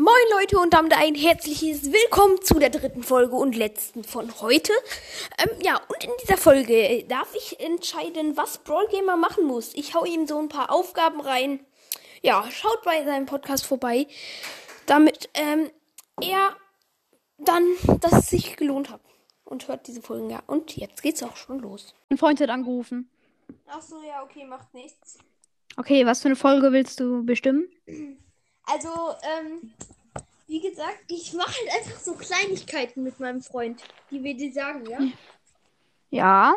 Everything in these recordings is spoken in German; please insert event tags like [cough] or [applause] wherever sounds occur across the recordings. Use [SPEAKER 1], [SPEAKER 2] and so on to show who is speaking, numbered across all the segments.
[SPEAKER 1] Moin Leute und damit ein herzliches Willkommen zu der dritten Folge und letzten von heute. Ähm, ja, und in dieser Folge äh, darf ich entscheiden, was Brawl Gamer machen muss. Ich hau ihm so ein paar Aufgaben rein. Ja, schaut bei seinem Podcast vorbei, damit ähm, er dann, dass es sich gelohnt hat. Und hört diese Folgen ja. Und jetzt geht's auch schon los.
[SPEAKER 2] Ein Freund hat angerufen.
[SPEAKER 3] Ach so, ja, okay, macht nichts.
[SPEAKER 2] Okay, was für eine Folge willst du bestimmen?
[SPEAKER 3] Also, ähm, wie gesagt, ich mache halt einfach so Kleinigkeiten mit meinem Freund, die wir dir sagen, ja?
[SPEAKER 2] Ja.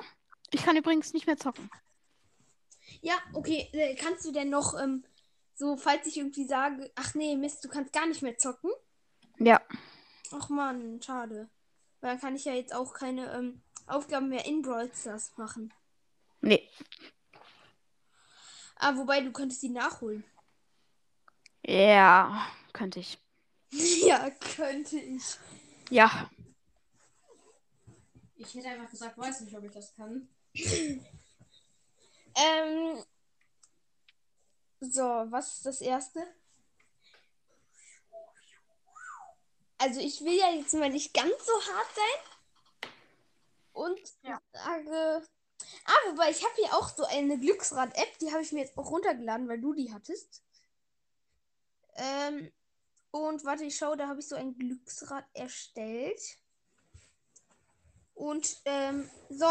[SPEAKER 2] Ich kann übrigens nicht mehr zocken.
[SPEAKER 3] Ja, okay, äh, kannst du denn noch, ähm, so, falls ich irgendwie sage, ach nee, Mist, du kannst gar nicht mehr zocken?
[SPEAKER 2] Ja.
[SPEAKER 3] Ach man, schade. Weil dann kann ich ja jetzt auch keine, ähm, Aufgaben mehr in Brawl Stars machen.
[SPEAKER 2] Nee.
[SPEAKER 3] Ah, wobei, du könntest die nachholen. [laughs]
[SPEAKER 2] Ja, könnte ich.
[SPEAKER 3] ja, könnte ich.
[SPEAKER 2] Ja.
[SPEAKER 4] Ich hätte einfach gesagt, weiß nicht, ob ich das kann.
[SPEAKER 3] [clears throat] Ähm, so, was ist das erste? Also ich will ja jetzt mal nicht ganz so hart sein. Und sage. Ah, wobei, ich habe hier auch so eine Glücksrad-App, die habe ich mir jetzt auch runtergeladen, weil du die hattest. Ähm, und warte, ich schaue, da habe ich so ein Glücksrad erstellt. Und ähm, so,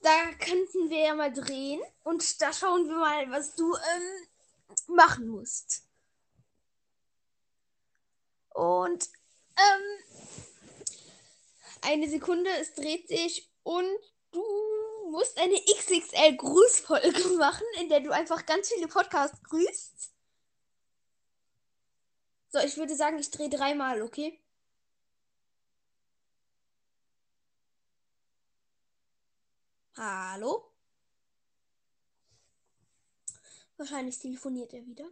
[SPEAKER 3] da könnten wir ja mal drehen und da schauen wir mal, was du ähm, machen musst. Und ähm, eine Sekunde, es dreht sich und du musst eine XXL-Grußfolge [laughs] machen, in der du einfach ganz viele Podcasts grüßt. So, ich würde sagen, ich drehe dreimal, okay? Hallo? Wahrscheinlich telefoniert er wieder.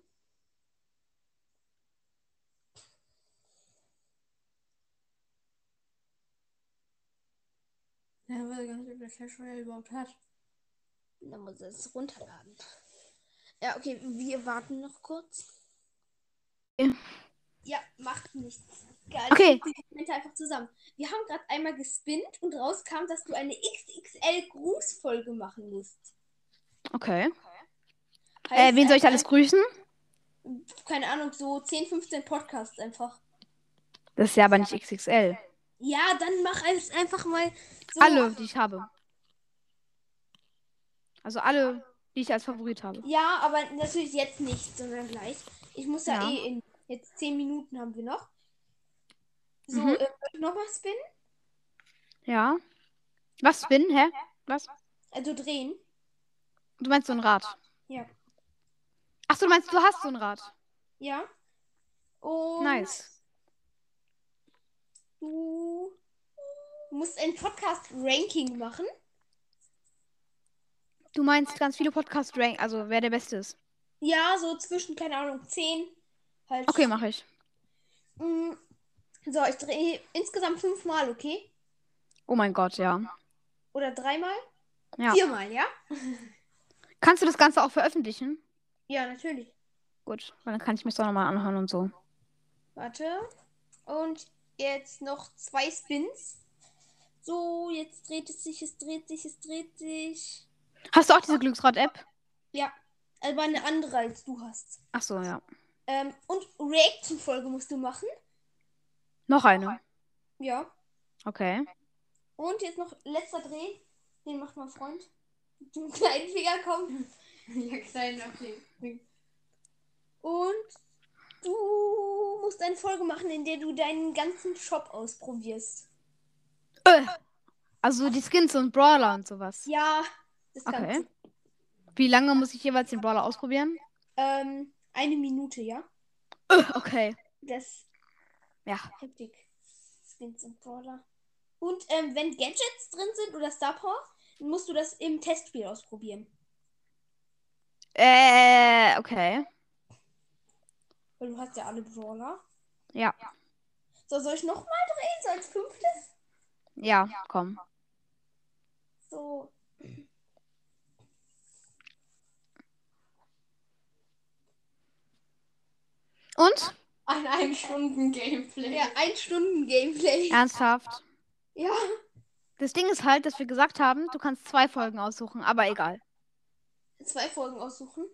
[SPEAKER 4] Ja, ich weiß gar nicht, ob der Clash Royale überhaupt hat.
[SPEAKER 3] Dann muss er es runterladen. Ja, okay, wir warten noch kurz.
[SPEAKER 2] Okay.
[SPEAKER 3] Ja, macht nichts. Geil.
[SPEAKER 2] Okay.
[SPEAKER 3] Die Dokumente einfach zusammen. Wir haben gerade einmal gespinnt und rauskam, dass du eine XXL-Grußfolge machen musst.
[SPEAKER 2] Okay. Äh,
[SPEAKER 3] Heißt
[SPEAKER 2] wen soll ich
[SPEAKER 3] einfach-
[SPEAKER 2] alles grüßen?
[SPEAKER 3] Keine Ahnung, so 10, 15 Podcasts einfach.
[SPEAKER 2] Das ist ja aber nicht XXL.
[SPEAKER 3] Ja, dann mach es einfach mal so.
[SPEAKER 2] Alle, die ich habe. Also alle, die ich als Favorit habe.
[SPEAKER 3] Ja, aber natürlich jetzt nicht, sondern gleich. Ich muss ja,
[SPEAKER 2] Ja.
[SPEAKER 3] eh in. Jetzt 10 Minuten haben wir noch. So,
[SPEAKER 2] Mhm.
[SPEAKER 3] äh, soll ich nochmal spinnen?
[SPEAKER 2] Ja. Was bin? Hä? Was?
[SPEAKER 3] Also drehen.
[SPEAKER 2] Du meinst so ein Rad?
[SPEAKER 3] Ja.
[SPEAKER 2] Ach so, du meinst, du hast so ein Rad.
[SPEAKER 3] Ja. Und
[SPEAKER 2] Nice.
[SPEAKER 3] du musst ein Podcast-Ranking machen.
[SPEAKER 2] Du meinst ganz viele Podcast-Rank, also wer der Beste ist.
[SPEAKER 3] Ja, so zwischen, keine Ahnung, 10. Halt.
[SPEAKER 2] Okay, mache ich.
[SPEAKER 3] Mm, So, ich drehe insgesamt fünfmal, okay?
[SPEAKER 2] Oh mein Gott, ja.
[SPEAKER 3] Oder dreimal?
[SPEAKER 2] Ja.
[SPEAKER 3] Viermal, ja?
[SPEAKER 2] Kannst du das Ganze auch veröffentlichen?
[SPEAKER 3] Ja, natürlich.
[SPEAKER 2] Gut, weil dann kann ich mich doch nochmal anhören und so.
[SPEAKER 3] Warte. Und jetzt noch zwei Spins. So, jetzt dreht es sich, es dreht sich, es dreht sich.
[SPEAKER 2] Hast du auch diese Glücksrad-App?
[SPEAKER 3] Ja, aber eine andere als du hast.
[SPEAKER 2] Ach so, ja.
[SPEAKER 3] Ähm, und Reaction-Folge musst du machen.
[SPEAKER 2] Noch eine.
[SPEAKER 3] Ja.
[SPEAKER 2] Okay.
[SPEAKER 3] Und jetzt noch letzter Dreh. Den macht mein Freund. Mit dem [laughs] kleinen Finger kommen.
[SPEAKER 4] Ja, klein, okay.
[SPEAKER 3] Und du musst eine Folge machen, in der du deinen ganzen Shop ausprobierst.
[SPEAKER 2] Äh. Also die Skins und Brawler und sowas.
[SPEAKER 3] Ja, das
[SPEAKER 2] Okay.
[SPEAKER 3] Ganze.
[SPEAKER 2] Wie lange muss ich jeweils den Brawler ausprobieren?
[SPEAKER 3] Ähm, eine Minute, ja?
[SPEAKER 2] Äh, okay.
[SPEAKER 3] Das
[SPEAKER 2] Ja.
[SPEAKER 3] Hektik. Skins und Brawler. Und ähm, wenn Gadgets drin sind oder Star Power, dann musst du das im Testspiel ausprobieren.
[SPEAKER 2] Äh, okay.
[SPEAKER 3] Weil du hast ja alle Brawler.
[SPEAKER 2] Ja.
[SPEAKER 3] So, soll ich nochmal drehen? So als fünftes?
[SPEAKER 2] Ja, komm.
[SPEAKER 3] So.
[SPEAKER 2] Und?
[SPEAKER 4] Ein 1-Stunden-Gameplay.
[SPEAKER 3] Ja, ein Stunden Gameplay.
[SPEAKER 2] Ernsthaft.
[SPEAKER 3] Ja.
[SPEAKER 2] Das Ding ist halt, dass wir gesagt haben, du kannst zwei Folgen aussuchen, aber egal.
[SPEAKER 3] Zwei Folgen aussuchen.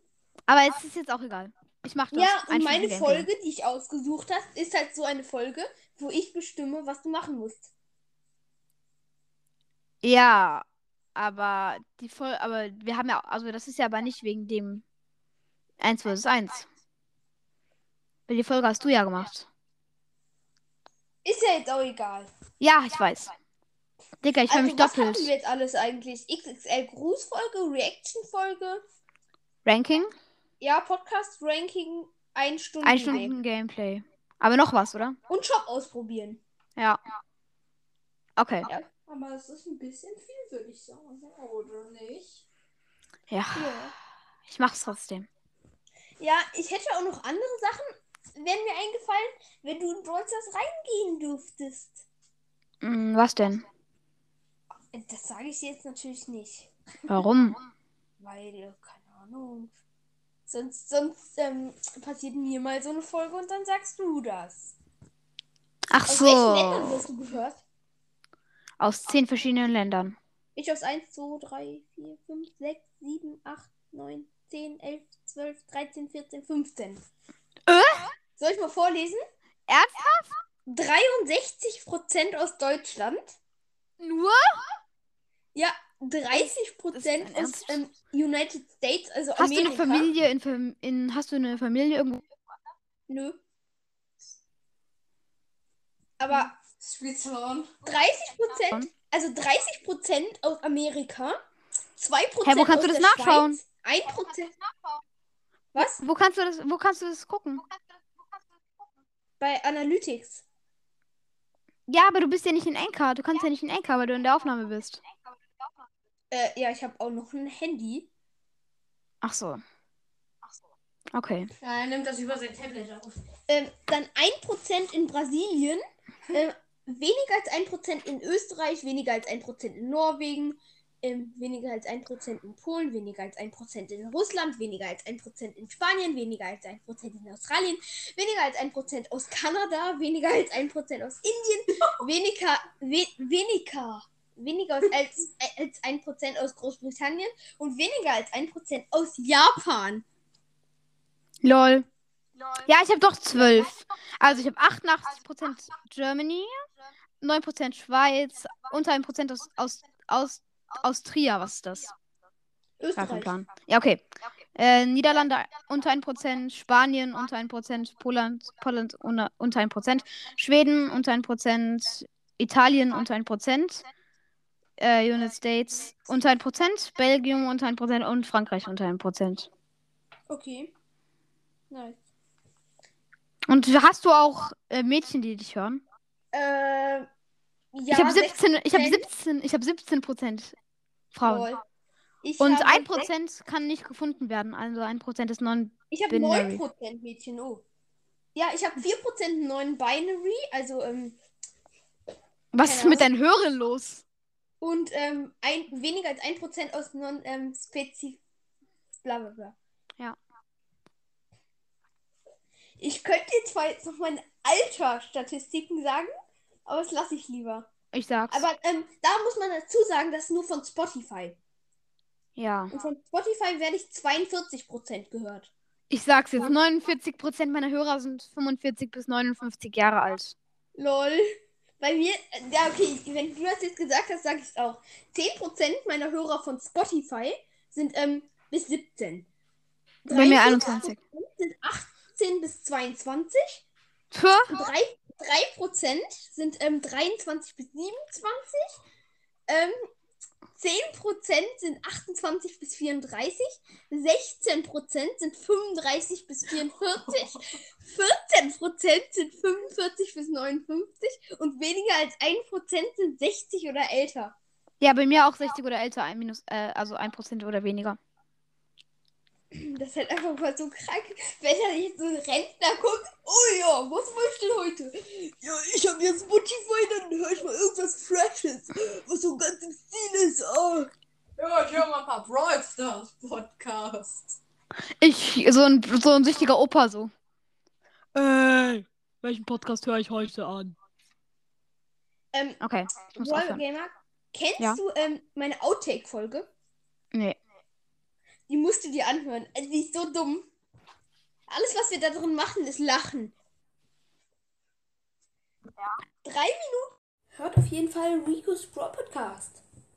[SPEAKER 2] Aber es ist jetzt auch egal. Ich mach das.
[SPEAKER 3] Ja, und
[SPEAKER 2] Einfach
[SPEAKER 3] meine
[SPEAKER 2] wieder.
[SPEAKER 3] Folge, die ich ausgesucht habe, ist halt so eine Folge, wo ich bestimme, was du machen musst.
[SPEAKER 2] Ja, aber die Fol aber wir haben ja, also das ist ja aber nicht wegen dem 1 vs 1. Weil die Folge hast du ja gemacht.
[SPEAKER 3] Ist ja jetzt auch egal.
[SPEAKER 2] Ja, ich weiß. Digga, ich höre mich
[SPEAKER 3] also, was hatten wir
[SPEAKER 2] doppelt.
[SPEAKER 3] jetzt alles eigentlich? XXL Grußfolge, Reaction-Folge,
[SPEAKER 2] Ranking?
[SPEAKER 3] ja, Podcast-Ranking, ein Stunde,
[SPEAKER 2] 1 Stunden Gameplay. Aber noch was, oder?
[SPEAKER 3] und Shop ausprobieren.
[SPEAKER 2] Ja. Okay.
[SPEAKER 4] Aber es ist ein bisschen viel, würde ich sagen, oder nicht?
[SPEAKER 2] Ja.
[SPEAKER 3] Ja.
[SPEAKER 2] Ich mach's trotzdem.
[SPEAKER 3] ja, ich hätte auch noch andere Sachen, wären mir eingefallen, wenn du in Brawl Stars reingehen dürftest.
[SPEAKER 2] Hm, was denn?
[SPEAKER 3] Äh, Das sage ich dir jetzt natürlich nicht,
[SPEAKER 2] Warum?
[SPEAKER 3] weil, äh, keine Ahnung. Sonst, sonst ähm, passiert mir mal so eine Folge und dann sagst du das.
[SPEAKER 2] Ach
[SPEAKER 3] Aus welchen Ländern
[SPEAKER 2] so.
[SPEAKER 3] wirst du gehört?
[SPEAKER 2] Aus zehn verschiedenen Ländern.
[SPEAKER 3] Ich aus 1, 2, 3, 4, 5, 6, 7, 8, 9, 10, 11, 12, 13, 14, 15.
[SPEAKER 2] Äh?
[SPEAKER 3] Soll ich mal vorlesen?
[SPEAKER 2] Ernsthaft?
[SPEAKER 3] 63% aus Deutschland.
[SPEAKER 2] Nur?
[SPEAKER 3] Ja, 30%
[SPEAKER 2] Das
[SPEAKER 3] aus
[SPEAKER 2] ist dein
[SPEAKER 3] ähm, United States, also
[SPEAKER 2] Hast du
[SPEAKER 3] Amerika.
[SPEAKER 2] eine Familie in, Fam- in hast du eine Familie irgendwo?
[SPEAKER 3] Nö. Aber
[SPEAKER 4] Switzerland.
[SPEAKER 3] 30%, also 30% aus Amerika, 2%
[SPEAKER 2] Hä, wo kannst
[SPEAKER 3] aus
[SPEAKER 2] du das
[SPEAKER 3] der
[SPEAKER 2] nachschauen?
[SPEAKER 3] Schweiz, 1% Was?
[SPEAKER 2] Wo kannst du das wo kannst du das gucken?
[SPEAKER 3] bei Analytics.
[SPEAKER 2] Ja, aber du bist ja nicht in Enka. Du kannst ja nicht in Enka, weil du in der Aufnahme bist.
[SPEAKER 3] Äh, ja, ich habe auch noch ein Handy.
[SPEAKER 2] Ach so. Okay.
[SPEAKER 4] Ja, er nimmt das über sein Tablet auf.
[SPEAKER 3] Ähm, dann 1% in Brasilien, äh, weniger als 1% in Österreich, weniger als 1% in Norwegen, ähm, weniger als 1% in Polen, weniger als 1% in Russland, weniger als 1% in Spanien, weniger als 1% in Australien, weniger als 1% aus Kanada, weniger als 1%
[SPEAKER 4] [laughs]
[SPEAKER 3] aus Indien, weniger, we weniger, weniger als, als, als 1% aus Großbritannien und weniger als 1% aus Japan.
[SPEAKER 2] Lol. Ja, ich habe doch zwölf. Also ich habe 88% Germany, 9% Schweiz, unter 1% aus, aus, aus Austria. Was ist das? Gar kein
[SPEAKER 3] Österreich.
[SPEAKER 2] Plan. Ja, okay. Äh, Niederlande unter 1%, Spanien unter 1%, Poland, Poland unter unter 1%, Schweden unter 1%, Italien unter 1%, äh, United States unter 1%, Belgium unter 1% und Frankreich unter 1%.
[SPEAKER 3] Okay. Nice.
[SPEAKER 2] Und hast du auch äh, Mädchen, die dich hören?
[SPEAKER 3] Äh, ja,
[SPEAKER 2] ich habe 17, ich habe
[SPEAKER 3] 6%.
[SPEAKER 2] 17, ich habe 17% Frauen.
[SPEAKER 3] Lol. Ich
[SPEAKER 2] Und
[SPEAKER 3] habe
[SPEAKER 2] 1% kann nicht gefunden werden, also 1% ist non
[SPEAKER 3] Ich habe
[SPEAKER 2] binary.
[SPEAKER 3] 9% Mädchen, oh. Ja, ich habe 4% Non-Binary, also ähm,
[SPEAKER 2] Was ist
[SPEAKER 3] Keine
[SPEAKER 2] mit deinen Hörern los?
[SPEAKER 3] und ähm, ein, weniger als 1% aus non ähm, spezif bla bla bla.
[SPEAKER 2] Ja.
[SPEAKER 3] Ich könnte jetzt zwar jetzt noch meine Alter-Statistiken sagen, aber das lasse ich lieber.
[SPEAKER 2] Ich sag's.
[SPEAKER 3] Aber ähm, da muss man dazu sagen, das ist nur von Spotify.
[SPEAKER 2] ja.
[SPEAKER 3] Und von Spotify werde ich 42% gehört.
[SPEAKER 2] Ich sag's jetzt. 49% meiner Hörer sind 45 bis 59 Jahre alt.
[SPEAKER 3] Lol. Bei mir, äh, ja, okay, wenn du das jetzt gesagt hast, sage ich es auch. 10% meiner Hörer von Spotify sind ähm, bis 17.
[SPEAKER 2] Bei mir
[SPEAKER 3] 43%
[SPEAKER 2] 21.
[SPEAKER 3] sind 18 bis 22.
[SPEAKER 2] Tö,
[SPEAKER 3] 3%, 3 sind ähm, 23 bis 27. Ähm, 10% sind 28 bis 34. 16% sind 35 bis 44. 14% sind 45 bis 59. Und weniger als 1% sind 60 oder älter.
[SPEAKER 2] Ja, bei mir auch 60 oder älter, ein minus, äh, also 1% oder weniger.
[SPEAKER 3] Das ist halt einfach mal so krank, wenn da jetzt so ein Rentner guckt. Oh ja, was möchte ich heute? Ja, ich habe jetzt Spotify, dann höre ich mal irgendwas Freshes, was so ganz im Stil ist. Oh.
[SPEAKER 4] Ja, ich höre mal ein paar Brawl Stars Podcasts.
[SPEAKER 2] Ich, so ein, so ein süchtiger Opa so. Ey,
[SPEAKER 5] Welchen Podcast höre ich heute an?
[SPEAKER 3] Ähm,
[SPEAKER 2] Okay, ich muss aufhören.
[SPEAKER 3] Wargamer, kennst
[SPEAKER 2] Ja.
[SPEAKER 3] du ähm, meine Outtake-Folge?
[SPEAKER 2] Nee.
[SPEAKER 3] Die musst du dir anhören. Also, die ist so dumm. Alles, was wir da drin machen, ist Lachen. Drei
[SPEAKER 1] Hört auf jeden Fall Rico's Pro Podcast.